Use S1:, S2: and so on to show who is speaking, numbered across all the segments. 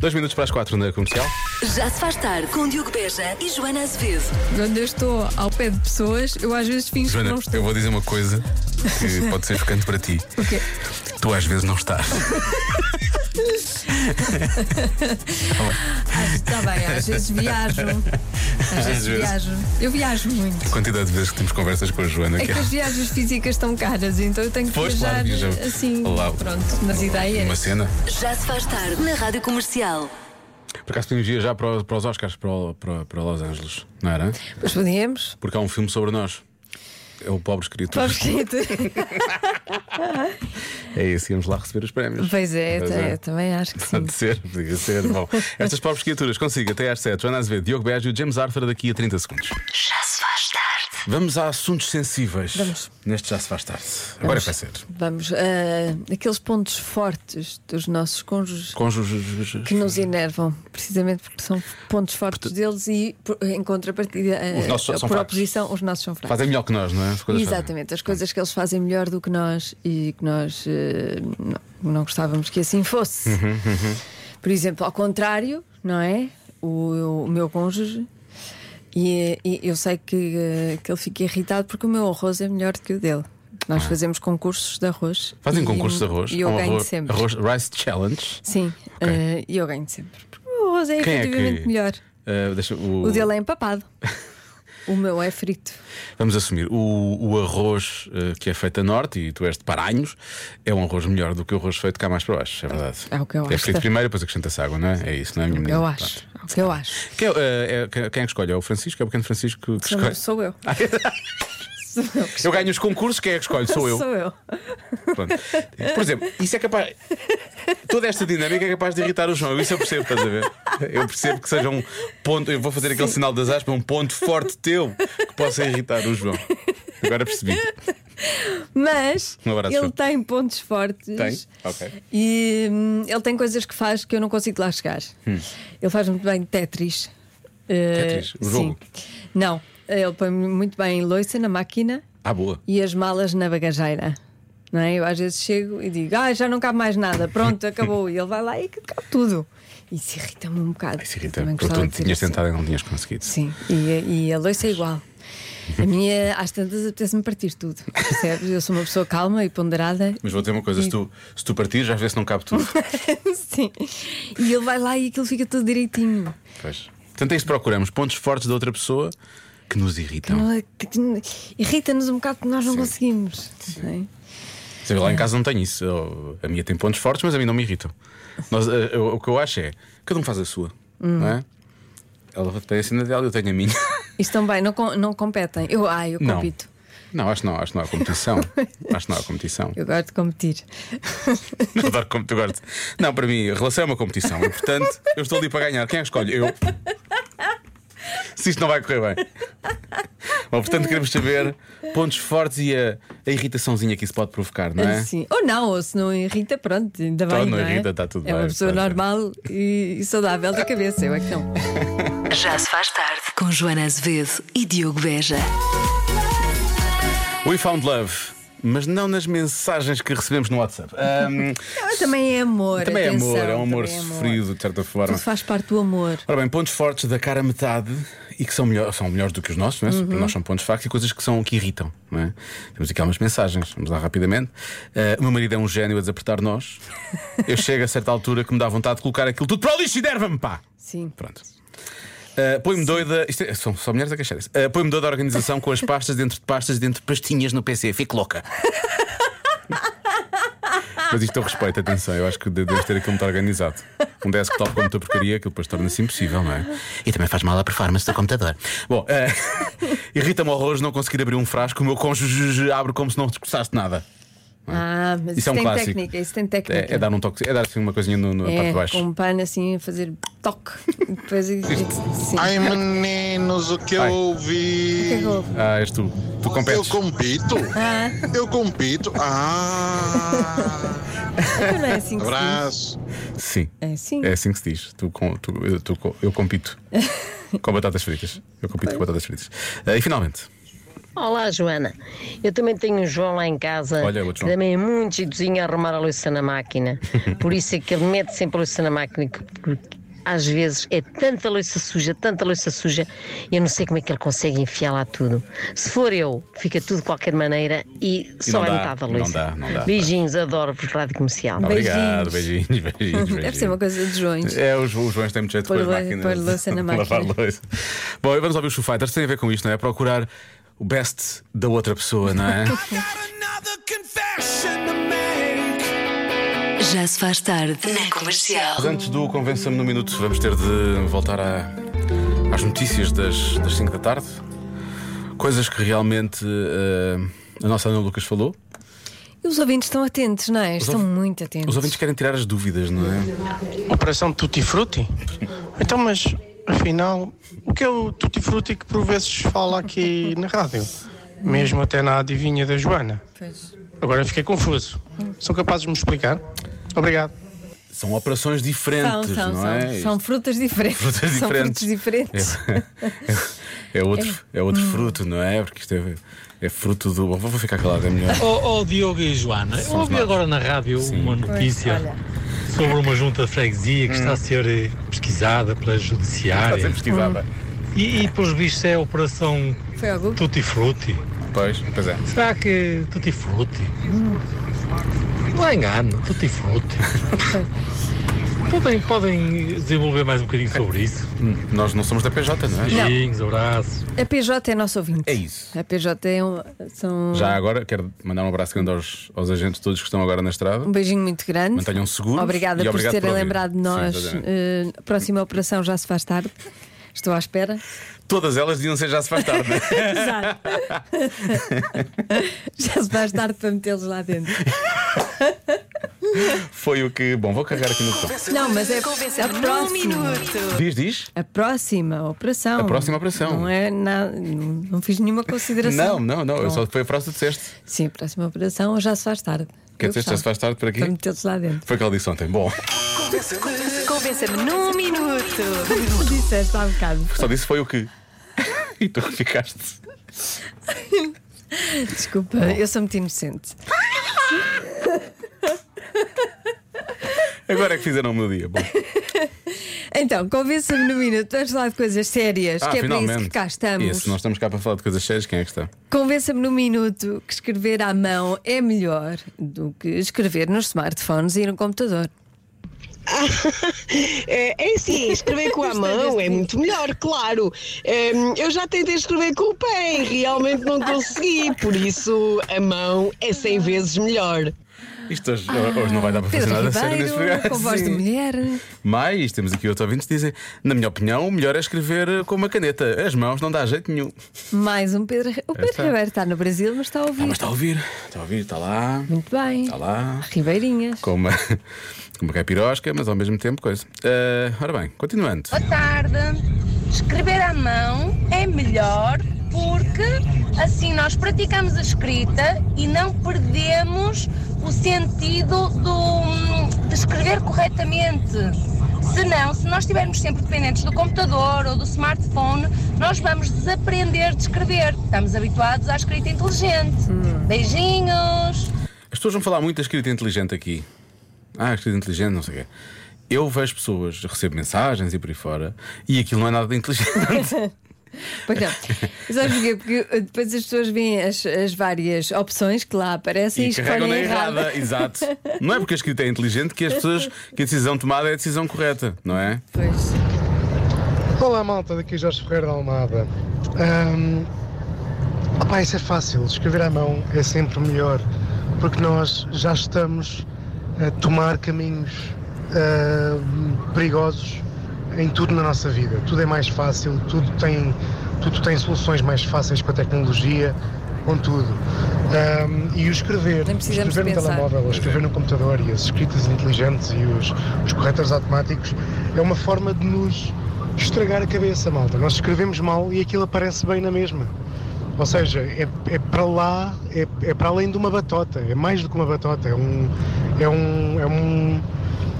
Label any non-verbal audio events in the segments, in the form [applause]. S1: Dois minutos para as quatro na comercial.
S2: Já se faz tarde com Diogo Beja e Joana Azevedo.
S3: Quando eu estou ao pé de pessoas, eu às vezes finjo que
S1: Joana,
S3: não estou.
S1: eu vou dizer uma coisa que pode ser chocante para ti.
S3: O quê?
S1: Tu às vezes não estás.
S3: Está Tá bem, às vezes viajo. Às vezes
S1: vezes.
S3: viajo. Eu viajo muito.
S1: Quantidade de vezes que temos conversas com a Joana.
S3: É que as viagens físicas estão caras, então eu tenho que
S1: Pois,
S3: viajar
S1: claro, viaja-
S3: assim.
S1: Olá.
S3: Pronto, mas ideia.
S1: Uma cena.
S2: Já se faz tarde na Rádio Comercial.
S1: Por acaso podíamos viajar para, o- para os Oscars, para, o- para, para Los Angeles, não era?
S3: Mas podíamos.
S1: Porque há um filme sobre nós. É o Pobre Escritor.
S3: Pobre escrito.
S1: É esse, íamos lá receber os prémios.
S3: [laughs] Pois é, eu também acho que sim.
S1: Pode ser, podia ser.
S3: [laughs]
S1: Bom, estas pobres criaturas consigo até às 7. Joana Azevedo, Diogo Beja e o James Arthur daqui a 30 segundos.
S2: Já se faz tarde.
S1: Vamos a assuntos sensíveis.
S3: Vamos.
S1: Neste já se faz tarde. Agora vai ser.
S3: Vamos, ah, aqueles pontos fortes dos nossos cônjuges
S1: Cônjuges.
S3: que nos enervam, precisamente porque são pontos fortes deles e por- em contrapartida, ah,
S1: Os nossos são
S3: por
S1: fracos.
S3: oposição, os nossos são fracos.
S1: Fazem melhor que nós, não é? As coisas fazem.
S3: Exatamente, as coisas que eles fazem melhor do que nós e que nós eh, não, não gostávamos que assim fosse.
S1: Uhum,
S3: Por exemplo, ao contrário, não é? O, o meu cônjuge. E, e eu sei que, eh, que ele fica irritado porque o meu arroz é melhor do que o dele. Nós fazemos concursos de arroz.
S1: Ah. Fazem
S3: e-
S1: concursos de arroz.
S3: E eu
S1: Um
S3: ganho
S1: arroz,
S3: sempre.
S1: Arroz Rice Challenge.
S3: Sim,
S1: Ok.
S3: eh, e eu ganho sempre. Porque o arroz é
S1: Quem é
S3: efetivamente
S1: que-
S3: melhor.
S1: Ah, deixa- o-
S3: O dele é empapado. o meu é frito.
S1: Vamos assumir. O, o arroz ah, que é feito a norte, e tu és de Paranhos, é um arroz melhor do que o arroz feito cá mais para baixo. É verdade.
S3: É o que eu
S1: É
S3: acho.
S1: frito primeiro, depois acrescenta-se água, não é? É isso, não é, minha menina?
S3: Eu
S1: Pronto.
S3: acho. É o que eu acho.
S1: Quem é, eh, é- quem é que escolhe? É o Francisco? É o pequeno Francisco que, que
S3: Sou,
S1: escolhe?
S3: sou eu. Sou eu que
S1: Eu ganho os concursos, quem é que escolhe? Sou eu.
S3: [laughs] Sou eu.
S1: Pronto. Por exemplo, isso é capaz. Toda esta dinâmica é capaz de irritar o João. Isso eu percebo, estás a ver? Eu percebo que seja um ponto. Eu vou fazer aquele sinal das aspas, um ponto forte teu que possa irritar o João. Agora percebi.
S3: Mas
S1: Um abraço.
S3: ele tem pontos fortes.
S1: Tem? Ok.
S3: E hum, ele tem coisas que faz que eu não consigo lá chegar. Ele faz muito bem Tetris. Eh,
S1: Hum. Tetris? O jogo?
S3: Sim. Não. Ele põe muito bem loiça na máquina
S1: Ah, boa.
S3: e as malas na bagageira. Não é? Eu às vezes chego e digo, ah, já não cabe mais nada, pronto, acabou. E ele vai lá e cabe tudo. Isso irrita-me um bocado.
S1: Isso irrita.
S3: Também
S1: Porque
S3: gostava
S1: tu
S3: de ser
S1: tinhas
S3: assim.
S1: tentado e não tinhas conseguido.
S3: Sim, e, e a loiça é igual. A minha, às tantas, apetece-me partir tudo. Percebes? Eu sou uma pessoa calma e ponderada. [laughs]
S1: Mas vou dizer uma coisa: se tu, se tu partires, às vezes não cabe tudo.
S3: Sim. E ele vai lá e aquilo fica tudo direitinho.
S1: Pois. Portanto, é isso que procuramos: pontos fortes da outra pessoa que nos irritam.
S3: Não- que- que- Irrita-nos um bocado porque nós não conseguimos. não é?
S1: Sei lá em casa não tenho isso. Eu- a minha tem pontos fortes, mas a mim não me irritam. Nós, eh, eu- o que eu acho é cada um faz a sua,
S3: Hum.
S1: não é? Ela tem a cena dela, eu tenho a
S3: [laughs]
S1: minha.
S3: Isto também, não, com- não competem. Eu, ah, eu
S1: Não.
S3: compito.
S1: Não, acho que não, acho que não há
S3: [laughs]
S1: competição. acho que não há competição.
S3: Eu gosto de competir.
S1: [laughs] Não adoro como tu gostas. Não, para mim, a relação é uma competição. E portanto, eu estou ali para ganhar. Quem é que escolhe?
S3: [laughs]
S1: Eu. Se isto não vai correr bem. Bom, portanto, queremos saber pontos fortes e a, a irritaçãozinha que isso pode provocar, não é?
S3: [laughs] Sim. Ou não, ou se não irrita, pronto, ainda
S1: Então
S3: bem.
S1: não
S3: não é?
S1: irrita, está tudo
S3: É uma
S1: bem,
S3: pessoa
S1: pronto.
S3: normal e, e saudável da cabeça. Eu é que não.
S2: Já se faz tarde com Joana Azevedo e Diogo Beja.
S1: We found love, mas não nas mensagens que recebemos no WhatsApp. Ahm,
S3: Ah, também é amor.
S1: também é
S3: atenção,
S1: amor, é um amor
S3: também é
S1: sofrido, de certa forma.
S3: Tudo faz parte do amor.
S1: Ora bem, pontos fortes da cara a metade e que são, melhor, são melhores do que os nossos, não é? Para nós são pontos fracos e coisas que são que irritam, não é? Temos aqui algumas mensagens, vamos lá rapidamente. Ah, o meu marido é um gênio a desapertar nós. Eu chego a certa altura que me dá vontade de colocar aquilo tudo para o lixo e derva-me, pá!
S3: Sim.
S1: Pronto. Ah, Põe-me doida. Isto é- são só mulheres a queixarem-se. Ah, Põe-me doida a organização com as pastas dentro de pastas, dentro de pastinhas no PC. Fico louca. Mas isto eu respeito, atenção. Eu acho que de- deves ter aquilo muito organizado. Um desktop com muita porcaria, aquilo depois torna-se impossível, não é? E também faz mal à performance do computador. Bom, ah, [laughs] irrita-me horrores não conseguir abrir um frasco. O meu cônjuge abre como se não descoçasse nada.
S3: Ah, mas
S1: Isso
S3: isso,
S1: é um
S3: tem
S1: clássico.
S3: técnica, isso tem técnica.
S1: É, é dar um toque, é dar assim uma coisinha no, no- na parte de baixo.
S3: com um pano assim a fazer toque. [laughs] E Depois sim.
S4: Ai meninos, o que eu
S1: Ai.
S3: O que é
S4: ouvi?
S3: que houve?
S1: Ah, és tu. Tu
S4: eu
S1: competes.
S4: compito?
S3: Ah,
S4: Eu compito?
S3: [laughs]
S4: Ah!
S3: então não é assim que se diz.
S4: Abraço!
S1: Sim.
S3: É assim.
S1: É assim que se diz. Tu, com- tu- eu, tu com- eu compito com batatas fritas. Eu compito com batatas fritas. Eh, e finalmente,
S5: Olá, Joana. Eu também tenho um João lá em casa.
S1: Olha, outro João.
S5: Também é muito jeitozinho a arrumar a louça
S1: [laughs]
S5: na máquina. Por isso é que ele mete sempre a louça na máquina, que- porque às vezes é tanta louça suja, tanta louça suja, eu não sei como é que ele consegue enfiar lá tudo. Se for eu, fica tudo de qualquer maneira e
S1: não
S5: só é
S1: dá,
S5: metade da
S1: não
S5: louça.
S1: dá, não dá.
S5: Beijinhos, adoro-vos, Rádio Comercial.
S1: Obrigado, beijinhos,
S3: Beijinhos.
S1: beijinhos. beijinhos.
S3: Deve ser uma coisa de joões.
S1: É, os, os bons têm muito jeito
S3: Pôr
S1: com as
S3: lou-
S1: máquinas.
S3: pôr louça na máquina.
S1: [laughs] Lavar louça. Bom, e vamos ouvir os Foo Fighters. Tem a ver com isto, não é? Procurar o best da outra pessoa, não é?
S2: Já se faz tarde na comercial.
S1: Mas antes do Convença-me no Minuto, vamos ter de voltar à- às notícias das, das 5 da tarde. Coisas que realmente eh, a nossa Ana Lucas falou.
S3: É E os ouvintes estão atentos, não é? Estão
S1: ouv-
S3: muito atentos.
S1: Os ouvintes querem tirar as dúvidas, não é?
S6: Operação Tutti Frutti? Então, mas afinal, o que é o Tutti Frutti que por vezes fala aqui na rádio? Mesmo até na adivinha da Joana.
S3: Pois.
S6: Agora fiquei confuso. São capazes de me explicar? Obrigado.
S1: São operações
S3: São,
S1: diferentes,
S3: são,
S1: não
S3: são,
S1: é?
S3: são frutas diferentes.
S1: frutas
S3: São
S1: diferentes.
S3: frutas diferentes.
S1: É, é outro, é outro
S3: Hum.
S1: fruto, não é? Porque isto é, é fruto do. Bom, Vou ficar calado, é
S3: [laughs]
S1: melhor.
S7: Oh, oh, Diogo e Joana, eu ouvi
S1: nós.
S7: agora na rádio uma notícia sobre uma junta de freguesia que está a ser eh, pesquisada pela
S1: Hum. Está a ser
S7: judiciária.
S1: pesquisada.
S7: E, e pelos bichos é a operação
S3: Foi ao Google.
S7: Tutti Frutti.
S1: Pois, pois é.
S7: Será que Tutti Frutti? Hum. Não há engano, Tutti Frutti. podem, podem desenvolver mais um bocadinho sobre isso.
S1: Hum, Nós não somos da PJ, não é?
S7: Beijinhos, abraços.
S3: A PJ é nosso ouvinte.
S1: É isso.
S3: A PJ é um, são
S1: Já agora, quero mandar um abraço grande aos, aos agentes todos que estão agora na estrada.
S3: um beijinho muito grande.
S1: Mantenham seguros.
S3: Obrigada
S1: e
S3: por
S1: obrigado
S3: terem
S1: ouvir.
S3: lembrado de nós.
S1: Sim, exatamente.
S3: Eh, próxima operação já se faz tarde. Estou à espera.
S1: Todas elas deviam ser já se faz tarde. não é?
S3: Já se faz tarde para metê-los lá dentro.
S1: Foi o que. Bom, vou carregar aqui no botão.
S3: Não, mas é a
S2: Convença-me num
S3: próxima.
S2: minuto.
S1: Diz, diz.
S3: A próxima operação.
S1: A próxima operação.
S3: Não é na- não, não fiz nenhuma
S1: Não,
S3: consideração.
S1: não, não. Eu só foi a frase que disseste.
S3: Sim, a próxima operação já se faz tarde.
S1: Que
S3: Eu
S1: disseste já se
S3: gostava.
S1: faz tarde por aqui.
S3: Para metê-los lá dentro.
S1: Foi o que ela disse ontem. Bom, [laughs]
S2: Convença-me num minuto.
S3: Disseste há bocado.
S1: só disse foi o que. [laughs] E tu ficaste.
S3: Desculpa, eu sou muito inocente.
S1: Agora é que fizeram o meu
S3: [laughs]
S1: dia. Bom,
S3: Então, convença-me no minuto. Vamos falar de coisas sérias,
S1: ah,
S3: que é
S1: finalmente.
S3: para isso que cá estamos.
S1: Isso, nós estamos cá para falar de coisas sérias. Quem é que está?
S3: Convença-me no minuto que escrever à mão é melhor do que escrever nos smartphones e no computador.
S8: É, é sim, escrever com a mão é muito [laughs] melhor, claro. É, eu já tentei escrever com o pé e realmente não consegui, por isso a mão é 100 vezes melhor.
S1: Isto hoje, hoje não vai dar para fazer
S3: Ah, Pedro
S1: nada sério neste
S3: Ribeiro,
S1: programa.
S3: com voz de
S1: Sim.
S3: mulher.
S1: Mas temos aqui outros ouvintes que dizem: na minha opinião, o melhor é escrever eh, com uma caneta. As mãos não dá jeito nenhum.
S3: Mais um Pedro. O Pedro
S1: está.
S3: Ribeiro está no Brasil, mas está a
S1: Ah,
S3: ouvir.
S1: mas está a ouvir, está a ouvir, está lá,
S3: Muito bem.
S1: está lá.
S3: Ribeirinhas.
S1: Com uma, [laughs] com uma caipirosca, mas ao mesmo tempo coisa. Eh, ora bem, continuando.
S9: Boa tarde. Escrever à mão é melhor porque assim nós praticamos a escrita e não perdemos o sentido do, de escrever corretamente. Senão, se nós estivermos sempre dependentes do computador ou do smartphone, nós vamos desaprender de escrever. Estamos habituados à escrita inteligente. Beijinhos!
S1: As pessoas vão falar muito da escrita inteligente aqui. Ah, escrita inteligente, não sei o quê. Eu vejo pessoas, recebo mensagens e por aí fora, e aquilo não é nada de
S3: [laughs]
S1: inteligente. [laughs]
S3: Pois não. Sabes porquê? Porque eh, depois as pessoas veem as, as várias opções que lá aparecem e,
S1: e carregam
S3: escolhem
S1: na
S3: a errada.
S1: errada. Exato. Não é porque a escrita é inteligente que as pessoas que a decisão tomada é a decisão correta, não é?
S3: Pois.
S6: Olá, malta. Daqui Jorge Ferreira da Almada. Ahm, opá, isso é fácil. Escrever à mão é sempre melhor, porque nós já estamos a tomar caminhos ahm, perigosos em tudo na nossa vida. Tudo é mais fácil, tudo tem, tudo tem soluções mais fáceis com a tecnologia, com tudo. Ahm, e o escrever,
S3: Nem precisamos
S6: escrever no
S3: pensar.
S6: telemóvel, ou escrever no computador e as escritas inteligentes e os, os corretores automáticos é uma forma de nos estragar a cabeça, malta. Nós escrevemos mal e aquilo aparece bem na mesma. Ou seja, é, é para lá, é, é para além de uma batota, é mais do que uma batota, é um, é um, é um,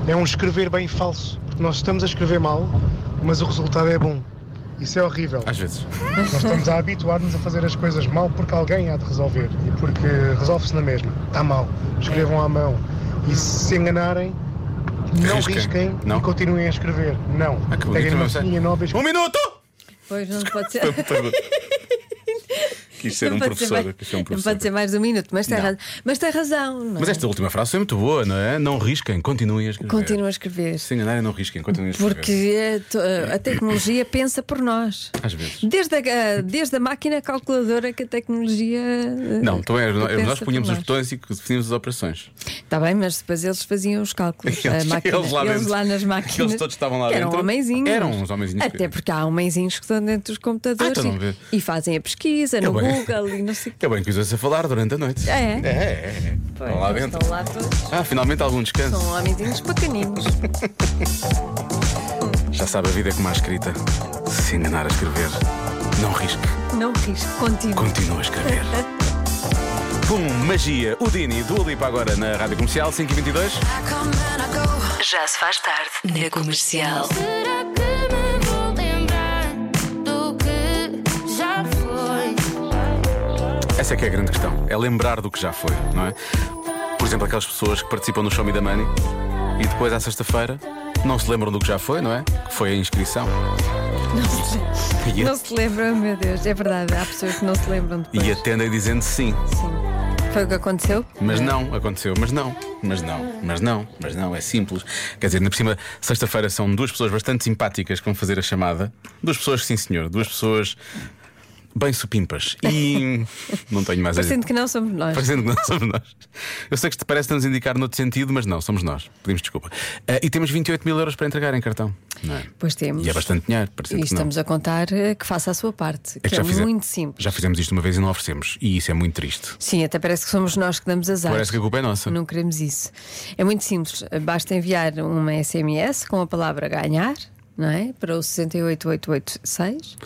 S6: é um escrever bem falso. Porque nós estamos a escrever mal, mas o resultado é bom. Isso é horrível.
S1: Às vezes.
S6: Nós estamos a habituar-nos a fazer as coisas mal porque alguém há de resolver e porque resolve-se na mesma. Está mal. Escrevam à mão. E se se enganarem, não
S1: Risquem.
S6: risquem,
S1: Não.
S6: e continuem a escrever. Não.
S1: Ah, que bonito,
S6: Peguem uma
S1: mas é.
S6: folhinha nova
S1: Um
S6: e escrevam.
S1: minuto!
S3: Pois não pode ser.
S1: Foi-
S3: [laughs]
S1: foi- Quis ser
S3: não
S1: um
S3: pode ser
S1: professor.
S3: mais-
S1: quis ser um
S3: Não
S1: professor.
S3: pode ser mais de um minuto, mas tem,
S1: Não.
S3: razão, mas tem razão. Não
S1: Mas
S3: é?
S1: esta última frase foi muito boa, não é? Não risquem, continuem a escrever.
S3: Continua a escrever.
S1: Se enganarem, não risquem, continuem a escrever.
S3: Porque a, to- a tecnologia pensa por nós.
S1: É. Às vezes.
S3: Desde a, desde a máquina calculadora que a tecnologia. eh,
S1: Não, então é,
S3: pensa
S1: nós
S3: por
S1: punhamos os
S3: nós.
S1: botões e que definimos as operações.
S3: Está bem, mas depois eles faziam os cálculos.
S1: [laughs] Eles-
S3: a máquina,
S1: eles lá dentro.
S3: nas máquinas.
S1: Eles todos estavam lá
S3: que eram
S1: dentro.
S3: Homenzinhos.
S1: Eram uns homenzinhos
S3: Até
S1: que-
S3: porque há homenzinhos que estão dentro dos computadores
S1: Ah, então
S3: e-
S1: não vê.
S3: e, fazem a pesquisa no
S1: bem.
S3: Google e não sei o quê.
S1: É bem que os ouço a falar durante a noite.
S3: É.
S1: É, é, é. Estão lá dentro.
S3: Estão lá todos.
S1: Ah, finalmente algum descanso.
S3: então, São homenzinhos pequeninos.
S1: Já sabe, a vida é como a escrita. Se se enganar a escrever, não risque,
S3: Não risco, contigo.
S1: continue a
S3: [laughs]
S1: escrever. Pum, magia, Udini, do Lipa agora na Rádio Comercial, 5h22.
S2: Já se faz tarde na comercial.
S10: Será que me vou lembrar do que já foi?
S1: Essa é que é a grande questão. É lembrar do que já foi, não é? Por exemplo, aquelas pessoas que participam no Show Me the Money e depois à sexta-feira não se lembram do que já foi, não é? Que foi a inscrição. E,
S3: Não se lembram, meu Deus, é verdade. Há pessoas que não se lembram depois.
S1: e atendem dizendo sim.
S3: Sim. Foi o que aconteceu?
S1: Mas não, aconteceu, mas não, mas não, mas não, mas não, é simples. Quer dizer, na por cima, sexta-feira são duas pessoas bastante simpáticas que vão fazer a chamada. Duas pessoas, sim senhor, duas pessoas bem supimpas.
S3: [laughs]
S1: E não tenho mais a dizer.
S3: Sendo que não somos
S1: [laughs]
S3: nós.
S1: Parecendo que não somos nós. Eu sei que isto parece nos indicar noutro sentido, mas não, somos nós. Pedimos desculpa. Ah, e temos 28 mil euros para entregar em cartão. Não é?
S3: Pois temos.
S1: E é bastante dinheiro,
S3: E
S1: parecendo que não.
S3: estamos a contar eh, que faça a sua parte, que,
S1: que
S3: é
S1: já fizemos-
S3: muito simples.
S1: Já fizemos isto uma vez e não oferecemos. E isso é muito triste.
S3: Sim, até parece que somos nós que damos azar.
S1: Parece que a culpa é nossa.
S3: Não queremos isso. É muito simples. Basta enviar um uma SMS com a palavra ganhar, não é? Para o 68886.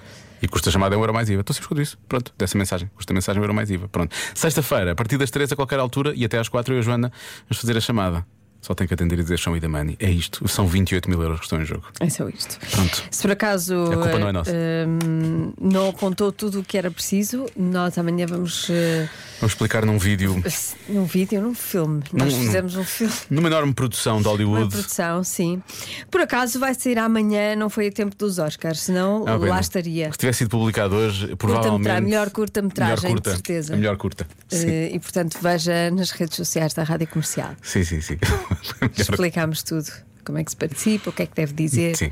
S1: E custa a chamada um euro mais IVA. Estou sempre com isso. Pronto, dessa mensagem. Custa a mensagem um euro mais IVA. Pronto. Sexta-feira, a partir das 3 a qualquer altura e até às 4 eu e a Joana vamos fazer a chamada. Só tenho que atender e dizer show e da money. É isto. São 28 mil euros que estão em jogo.
S3: É só isto.
S1: Pronto.
S3: Se por acaso
S1: A culpa não é
S3: eh,
S1: nossa.
S3: ehm, não apontou tudo o que era preciso, nós amanhã vamos eh,
S1: Vamos explicar num vídeo,
S3: num vídeo, num filme. Nós
S1: Num- num-
S3: fizemos um filme.
S1: numa enorme produção de
S3: Uma
S1: Hollywood.
S3: é produção, sim. Por acaso vai sair amanhã, não foi a tempo dos Oscars, senão
S1: Ah, bem,
S3: lá
S1: não.
S3: estaria.
S1: Se tivesse sido publicado hoje, provavelmente.
S3: Curta-metragem, melhor curta-metragem,
S1: Melhor curta,
S3: de certeza.
S1: A melhor curta. [laughs] Sim,
S3: Eh, e portanto veja nas redes sociais da Rádio Comercial.
S1: sim, sim. sim. [laughs] Foi a melhor-
S3: Explicámos tudo. Como é que se participa, o que é que deve dizer,
S1: Sim.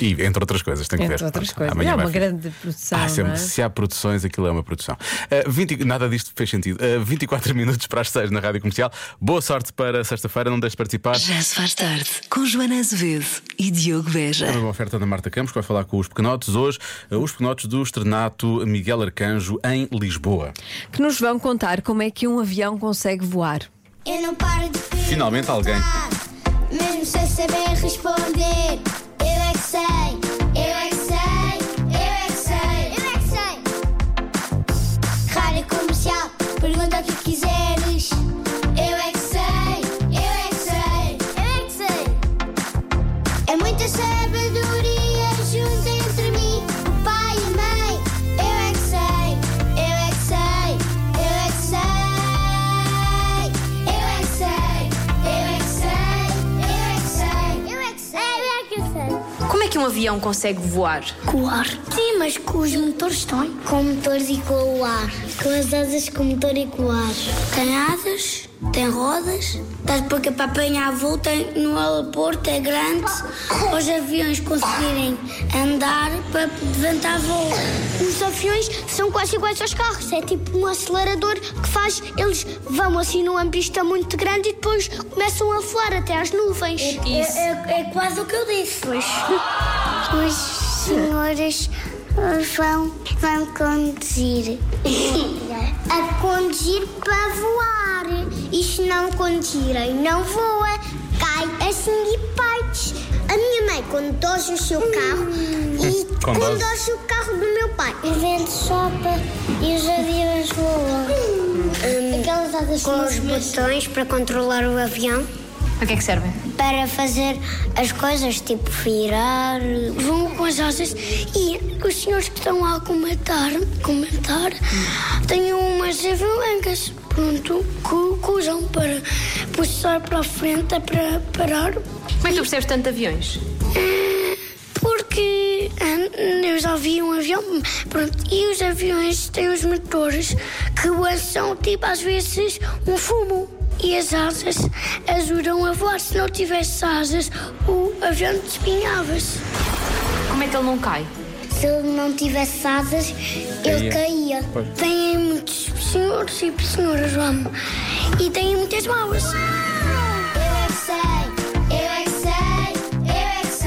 S1: E entre outras coisas, tem que
S3: entre
S1: ver.
S3: outras
S1: Pronto,
S3: coisas.
S1: amanhã
S3: é uma
S1: vai-
S3: grande produção.
S1: Ah,
S3: não
S1: sempre.
S3: é?
S1: Se há produções, aquilo é uma produção. Ah, 20 Nada disto fez sentido. Ah, 24 [laughs] minutos para as 6 na rádio comercial. Boa sorte para sexta-feira, não deixes de participar.
S2: Já se faz tarde com Joana Azevedo e Diogo
S1: É
S2: Beja.
S1: uma oferta da Marta Campos que vai falar com os pequenotes hoje, ah, os pequenotes do Estrenato Miguel Arcanjo em Lisboa.
S3: Que nos vão contar como é que um avião consegue voar.
S10: Eu não paro de perguntar,
S1: Finalmente alguém.
S10: Mesmo sem saber responder. Eu é que sei, eu é que sei, eu é que sei, eu é que sei. Rádio comercial, pergunta o que quiseres. Eu é que sei, eu é que sei, eu é que sei. É muita sabedoria junto entre mim, o pai e a mãe. Eu é que sei, eu é que sei, eu é que sei. Eu é que sei, eu é que sei, eu é que sei, eu é que sei, eu é que sei.
S11: Como é que um avião consegue voar?
S10: Com o ar. Sim, mas com os motores têm. Com motores e com o ar. Com as asas, com o motor e com o ar. Tem asas, tem rodas. Estás porque para apanhar voo tem, no aeroporto é grande. Os aviões conseguirem andar para levantar voo. Os aviões são quase iguais aos carros. É tipo um acelerador que faz. Eles vão assim numa pista muito grande e depois começam a voar até às nuvens. é quase o que eu disse. Os senhores ah, vão, vão conduzir. [coughs] A conduzir para voar. E se não conduzirem, não voa. Cai assim e peites. A minha mãe conduz o seu carro e
S1: Conduz.
S10: conduz o carro do meu pai. O vento sopra e os aviões voam. Hum, Aquelas asas com os botões para controlar o avião.
S11: Para que é que servem?
S10: para fazer as coisas, tipo virar. Vão com as asas e os senhores que estão lá a comentar, comentar têm umas brancas. Pronto, que usam para puxar para a frente, é para parar.
S11: Como é que tu percebes tanto de aviões?
S10: Porque ah, eu já vi um avião, pronto, e os aviões têm os motores que lançam, tipo, às vezes, um fumo. E as asas ajudam a voar. Se não tivesse asas, o avião despinhava-se.
S11: Como é que ele não cai?
S10: Se ele não tivesse asas, ele caía. Têm muitos senhores e senhoras, vamos. E têm muitas malas. Eu é que sei, eu é que sei,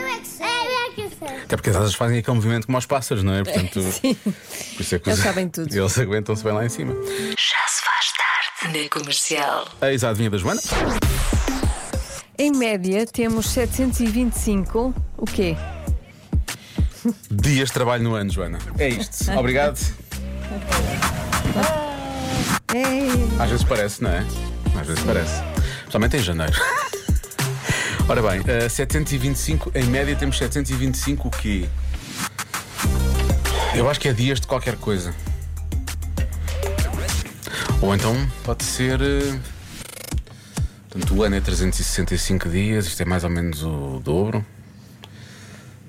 S10: eu é que sei, eu é que sei, eu é que sei.
S1: Até porque as asas fazem aquele movimento como aos pássaros, não é? Portanto,
S3: [laughs] Sim.
S1: por isso é que
S3: Eles
S1: os-
S3: sabem tudo.
S1: Eles aguentam-se bem lá em cima.
S2: Já se faz tarde na comercial.
S1: Eis a adivinha da Joana?
S3: Em média, temos 725. O quê?
S1: Dias de trabalho no ano, Joana. É
S3: [laughs]
S1: isto. Obrigado.
S3: É.
S1: Às vezes parece, não é? Às vezes parece. Principalmente em janeiro. Ora bem, eh, 725, em média temos 725 o quê? Eu acho que é dias de qualquer coisa. Ou então pode ser. eh, Portanto, o ano é 365 dias, isto é mais ou menos o dobro.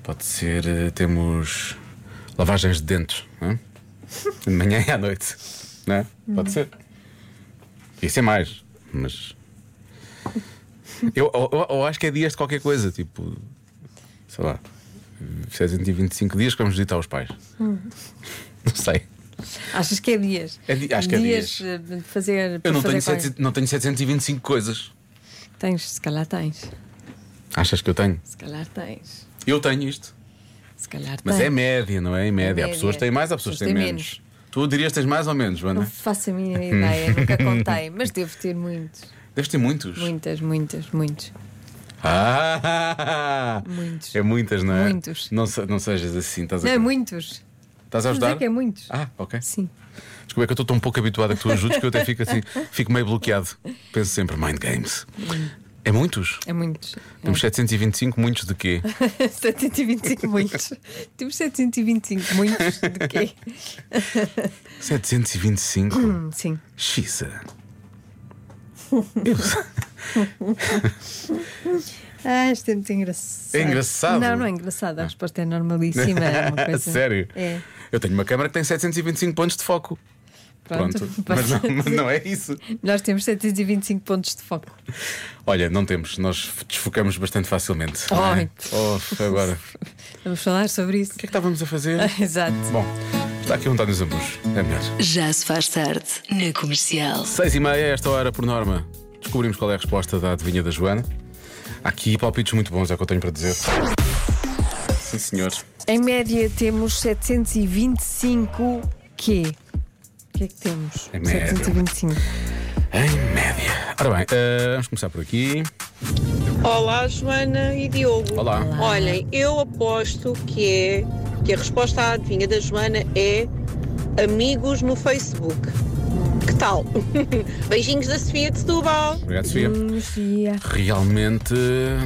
S1: Pode ser. eh, Temos lavagens de dentes, não é? de manhã e à noite, não é? Pode ser. Isso é mais, mas. Eu, eu, eu- eu acho que é dias de qualquer coisa, tipo. Sei lá. 725 dias que vamos visitar os pais. Não sei.
S3: Achas que é dias?
S1: É di- acho que é dias.
S3: eh, de fazer. para
S1: Eu não
S3: fazer
S1: tenho,
S3: qualquer-
S1: 700 não tenho 725 coisas.
S3: Tens, se calhar tens.
S1: Achas que eu tenho?
S3: Se calhar tens.
S1: Eu tenho isto.
S3: Se calhar
S1: Mas
S3: tens.
S1: é média, não é? Em média. Há
S3: média.
S1: pessoas que têm mais, há pessoas que têm
S3: Pessoas têm
S1: menos. Tu dirias que tens mais ou menos,
S3: Não
S1: Joana?
S3: faço a
S1: [laughs]
S3: mínima ideia, nunca contei, mas devo ter muitos.
S1: Deves ter muitos.
S3: Muitas, muitas, muitos.
S1: Ah!
S3: Muitos.
S1: É muitas, não é?
S3: Muitos.
S1: Não, se- não sejas assim, estás a,
S3: Não é muitos.
S1: estás a
S3: Vamos
S1: ajudar?
S3: dizer que é muitos.
S1: Ah, ok.
S3: Sim.
S1: Desculpa, é que eu estou tão pouco habituado a que tu ajudes que eu até fico assim, fico meio bloqueado. Penso sempre, mind games. É muitos?
S3: É muitos.
S1: Temos
S3: [laughs]
S1: 725, muitos de quê?
S3: 725 muitos. Temos 725 muitos
S1: [laughs]
S3: de quê?
S1: 725?
S3: Hum, Sim.
S1: Xisa.
S3: Ah, isto é muito engraçado.
S1: É engraçado?
S3: Não, não é engraçado. A resposta é normalíssima.
S1: [laughs]
S3: É uma coisa...
S1: né? Sério?
S3: É.
S1: Eu tenho uma câmara que tem 725 pontos de foco.
S3: Pronto. [laughs]
S1: Mas não, mas não é isso.
S3: Nós temos 725 pontos de foco.
S1: Olha, não temos, nós desfocamos bastante facilmente. não é?
S3: Ai.
S1: Oh, agora. O que
S3: Vamos falar sobre isso.
S1: é
S3: [laughs]
S1: que estávamos a fazer?
S3: Exato.
S1: Bom, está aqui o António Zambus. É melhor.
S2: Já se faz tarde na comercial.
S1: Seis e meia, esta hora, por norma, descobrimos qual é a resposta da adivinha da Joana. Há Aqui palpites muito bons, é o que eu tenho para dizer. Sim, senhor.
S3: Em média temos 725 quê? O que é que temos?
S1: Em média.
S3: 725.
S1: Em média. Ora bem, eh, vamos começar por aqui.
S12: Olá, Joana e Diogo.
S1: Olá. Olá.
S12: Olhem, eu aposto que é que a resposta à adivinha da Joana é amigos no Facebook. Que tal? [laughs] Beijinhos da Sofia de Setúbal.
S1: Obrigado, Sofia.
S3: Geografia.
S1: Realmente,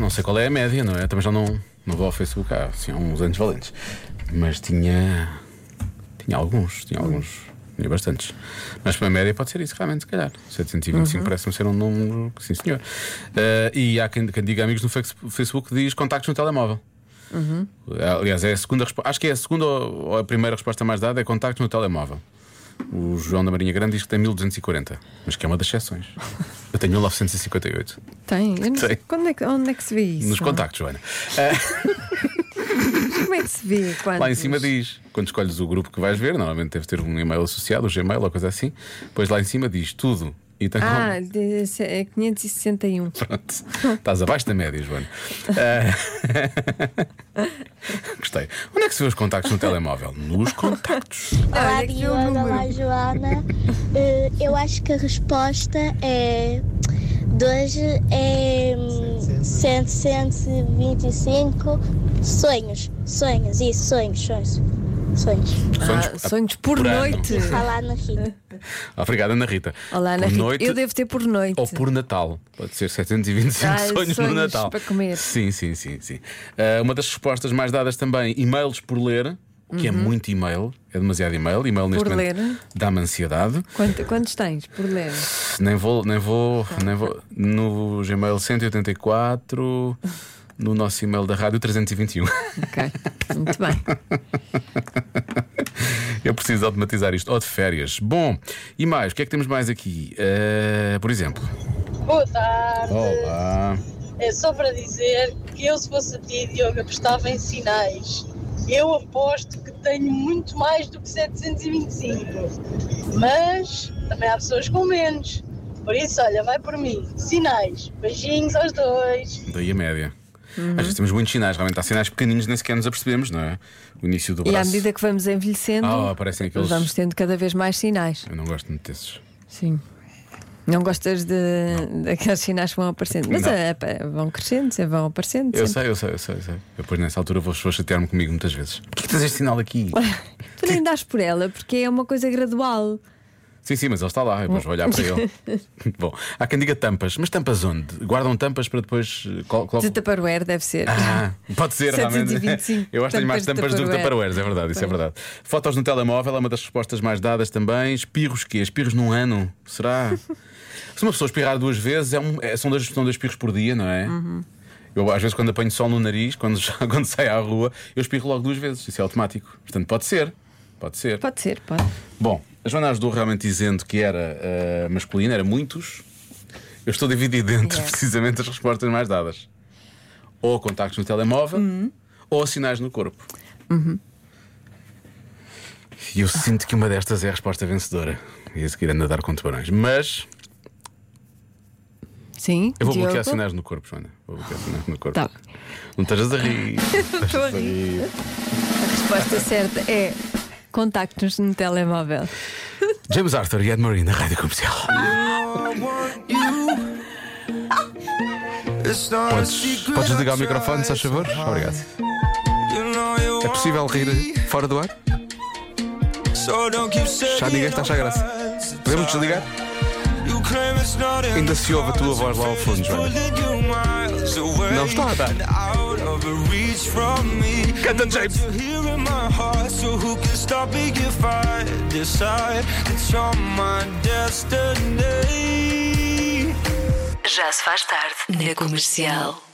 S1: não sei qual é a média, não é? Também já não, não vou ao Facebook há assim, há uns anos valentes. Mas tinha. Tinha alguns, tinha alguns. Tinha bastantes. Mas para a média pode ser isso, realmente, se calhar. 725 parece-me ser um número que, sim, senhor. Eh, e há quem, quem diga amigos no fex- Facebook diz contactos no telemóvel. Aliás, é a segunda resposta. Acho que é a segunda ou ou a primeira resposta mais dada é contactos no telemóvel. O João da Marinha Grande diz que tem 1240, mas que é uma das exceções. Eu tenho 1958.
S3: Tem? Eu não sei.
S1: Tem.
S3: Quando é que, onde é que se vê isso?
S1: Nos contactos, Joana. Ah,
S3: Como é que se vê? Quantos?
S1: Lá em cima diz, quando escolhes o grupo que vais ver, normalmente deve ter um e-mail associado, um Gmail ou coisa assim, pois lá em cima diz tudo. E tem um
S3: Ah, [laughs] de- se- é 561.
S1: Pronto. Estás abaixo da média, Joana. Ah, [laughs] Gostei. Onde é que se vê os contactos no telemóvel? Nos contactos.
S10: Olá,
S3: Olha que
S13: é
S10: Diogo. Olá, Joana.
S13: [laughs]
S10: Eh, eu acho que a resposta é. De hoje é. hum, 725 sonhos. Tá Sonhos, isso, sonhos, sonhos.
S14: Sonhos.
S1: Sonhos
S3: Ah, sonhos por,
S1: por ano.
S3: noite.
S14: Olá, Ana Rita.
S1: Obrigado, Ana Rita.
S3: Olá, Ana
S1: por
S3: Rita.
S1: noite
S3: Eu devo ter por noite.
S1: ou por Natal. Pode ser 725
S3: Ai,
S1: sonhos,
S3: Ah, sonhos
S1: no Natal.
S3: para comer.
S1: Sim, sim, sim. sim. Ah, uma das respostas mais dadas também, e-mails por ler, o que é
S3: Uhum.
S1: muito e-mail, é demasiado e-mail. E-mail neste
S3: Por
S1: momento
S3: ler?
S1: dá-me ansiedade.
S3: Quanto- quantos tens por ler?
S1: Nem vou, nem vou, nem vou. No Gmail 184, no nosso e-mail da rádio 321.
S3: Ok, muito bem.
S1: [laughs] Eu preciso automatizar isto. Ou de férias. Bom, e mais, o que é que temos mais aqui? Ah, por exemplo.
S13: Boa tarde.
S1: Olá.
S13: É só para dizer que eu, se fosse a ti, Diogo, apostava em sinais. Eu aposto que tenho muito mais do que 725. Mas também há pessoas com menos. Por isso, olha, vai por mim. Sinais. Beijinhos aos dois.
S1: Daí a média.
S3: Uhum.
S1: Às vezes temos muitos sinais, realmente há sinais pequeninos, nem sequer nos apercebemos, não é? O início do
S3: E à
S1: braço.
S3: medida que vamos envelhecendo,
S1: Ah, aparecem aqueles-
S3: vamos tendo cada vez mais sinais.
S1: Eu não gosto muito desses.
S3: Sim. Não gostas de, daqueles sinais que vão aparecendo, mas
S1: Não.
S3: ah, pá, vão crescendo, sempre vão aparecendo.
S1: Eu
S3: sempre.
S1: sei, eu sei, eu sei, eu sei. Eu depois nessa altura vou, vou chatear-me comigo muitas vezes. Por que que tens este sinal
S3: [laughs]
S1: aqui?
S3: Tu nem dás por ela, porque é uma coisa gradual.
S1: sim, sim, mas ele está lá, eu depois vou olhar para
S3: [laughs]
S1: ele. Bom, há quem diga tampas, mas tampas onde? Guardam tampas para depois. eh, Col col-
S3: De Tupperware deve ser.
S1: Ah, pode ser, realmente.
S3: 725
S1: Eu acho que tenho mais
S3: tampas de
S1: tampas do que
S3: Tupperware.
S1: taparoeiras, é verdade, isso é verdade. Fotos no telemóvel é uma das respostas mais dadas também. Espirros quê? Espirros num ano? Será? Se uma pessoa espirrar duas vezes, é um- é- são, dois, são dois espirros por dia, não é? Eu, às vezes, quando apanho sol no nariz, quando, já- [laughs] quando saio à rua, eu espirro logo duas vezes. Isso é automático. Portanto, pode ser. Pode ser.
S3: Pode ser, pode.
S1: Bom, a Joana ajudou realmente dizendo que era eh, masculina, era muitos. Eu estou dividido entre precisamente as respostas mais dadas. Ou contactos no telemóvel, ou sinais no corpo.
S3: Uhum.
S1: E eu sinto que uma destas é a resposta vencedora. E a seguir a nadar com tubarões. Mas
S3: Sim.
S1: eu vou
S3: Diogo?
S1: bloquear sinais no corpo, Joana. Vou bloquear sinais no corpo.
S3: Tá.
S1: Não estás a
S3: [laughs]
S1: rir.
S3: Estou a rir. A resposta certa é contactos no telemóvel.
S1: James Arthur e Ed Marina, Rádio Comercial. Podes, podes desligar o microfone, se faz favor? Obrigado. É possível rir fora do ar? Já ninguém está a achar graça. Podemos desligar? Ainda se ouve a tua voz lá ao fundo, Joana. Não está a dar.
S15: Canta, James.
S2: Já se faz tarde na comercial.